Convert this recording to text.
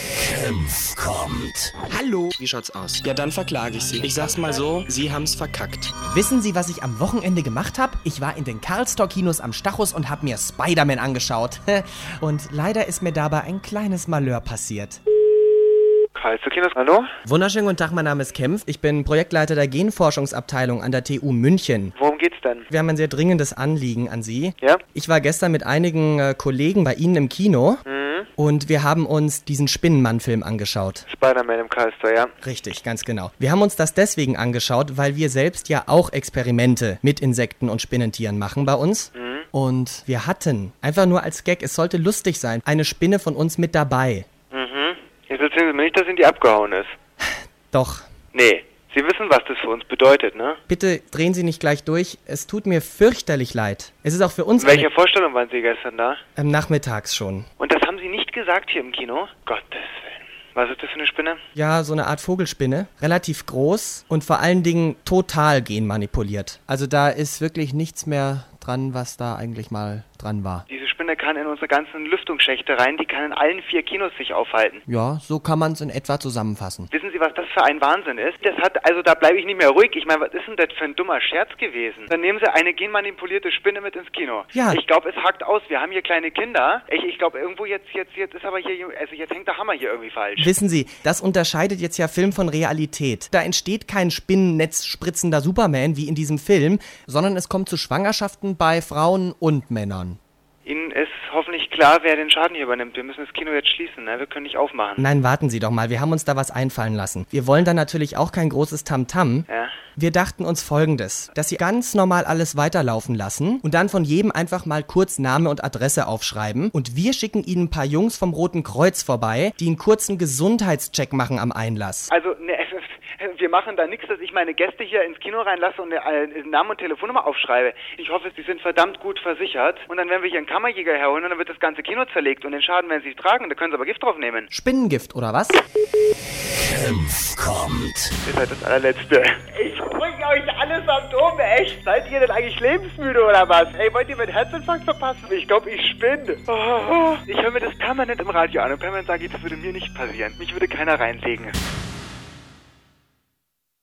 Senf kommt. Hallo. Wie schaut's aus? Ja, dann verklage ich Sie. Ich sag's mal so, Sie haben's verkackt. Wissen Sie, was ich am Wochenende gemacht habe? Ich war in den Karlstor-Kinos am Stachus und habe mir Spider-Man angeschaut. Und leider ist mir dabei ein kleines Malheur passiert. Karlstor-Kinos, hallo? Wunderschönen guten Tag, mein Name ist Kempf. Ich bin Projektleiter der Genforschungsabteilung an der TU München. Worum geht's denn? Wir haben ein sehr dringendes Anliegen an Sie. Ja? Ich war gestern mit einigen äh, Kollegen bei Ihnen im Kino und wir haben uns diesen Spinnenmann-Film angeschaut. Spider-Man im Karlstor, ja. Richtig, ganz genau. Wir haben uns das deswegen angeschaut, weil wir selbst ja auch Experimente mit Insekten und Spinnentieren machen bei uns. Und wir hatten, einfach nur als Gag, es sollte lustig sein, eine Spinne von uns mit dabei. Jetzt erzählen Sie mir nicht, dass Ihnen die abgehauen ist. Doch, Nee. Sie wissen, was das für uns bedeutet, ne? bitte drehen Sie nicht gleich durch. Es tut mir fürchterlich leid. Es ist auch für uns In welcher Vorstellung waren Sie gestern da? eine, ähm, nachmittags schon. Und das haben Sie nicht gesagt hier im Kino? Gottes Willen. Was ist das für eine Spinne? Ja, so eine Art Vogelspinne. Relativ groß und vor allen Dingen total genmanipuliert. Also da ist wirklich nichts mehr dran, was da eigentlich mal dran war. Diese Spinne kann in unsere ganzen Lüftungsschächte rein, die kann in allen vier Kinos sich aufhalten. Ja, so kann man es in etwa zusammenfassen. Wissen Sie, was das für ein Wahnsinn ist? Das hat, also da bleibe ich nicht mehr ruhig. Ich meine, was ist denn das für ein dummer Scherz gewesen? Dann nehmen Sie eine genmanipulierte Spinne mit ins Kino. Ja. Ich glaube, es hakt aus. Wir haben hier kleine Kinder. Ich, ich glaube, irgendwo jetzt, jetzt, jetzt ist aber hier, also jetzt hängt der Hammer hier irgendwie falsch. Wissen Sie, das unterscheidet jetzt ja Film von Realität. Da entsteht kein Spinnennetz spritzender Superman wie in diesem Film, sondern es kommt zu Schwangerschaften bei Frauen und Männern. Ihnen ist hoffentlich klar, wer den Schaden hier übernimmt. Wir müssen das Kino jetzt schließen, ne? Wir können nicht aufmachen. Nein, warten Sie doch mal, wir haben uns da was einfallen lassen. Wir wollen da natürlich auch kein großes Tamtam. Ja. Wir dachten uns folgendes, dass Sie ganz normal alles weiterlaufen lassen und dann von jedem einfach mal kurz Name und Adresse aufschreiben und wir schicken Ihnen ein paar Jungs vom Roten Kreuz vorbei, die einen kurzen Gesundheitscheck machen am Einlass. Also, ne, wir machen da nichts, dass ich meine Gäste hier ins Kino reinlasse und äh, Namen und Telefonnummer aufschreibe. Ich hoffe, sie sind verdammt gut versichert. Und dann werden wir hier einen Kammerjäger herholen und dann wird das ganze Kino zerlegt und den Schaden werden sie tragen. Da können sie aber Gift drauf nehmen. Spinnengift oder was? Senf kommt. Ihr seid das allerletzte. Ich bring euch allesamt um, echt. Seid ihr denn eigentlich lebensmüde oder was? Ey, wollt ihr meinen Herzinfarkt verpassen? Ich glaube, ich spinne. Oh, ich höre mir das permanent im Radio an und permanent sage ich, das würde mir nicht passieren. Mich würde keiner reinlegen.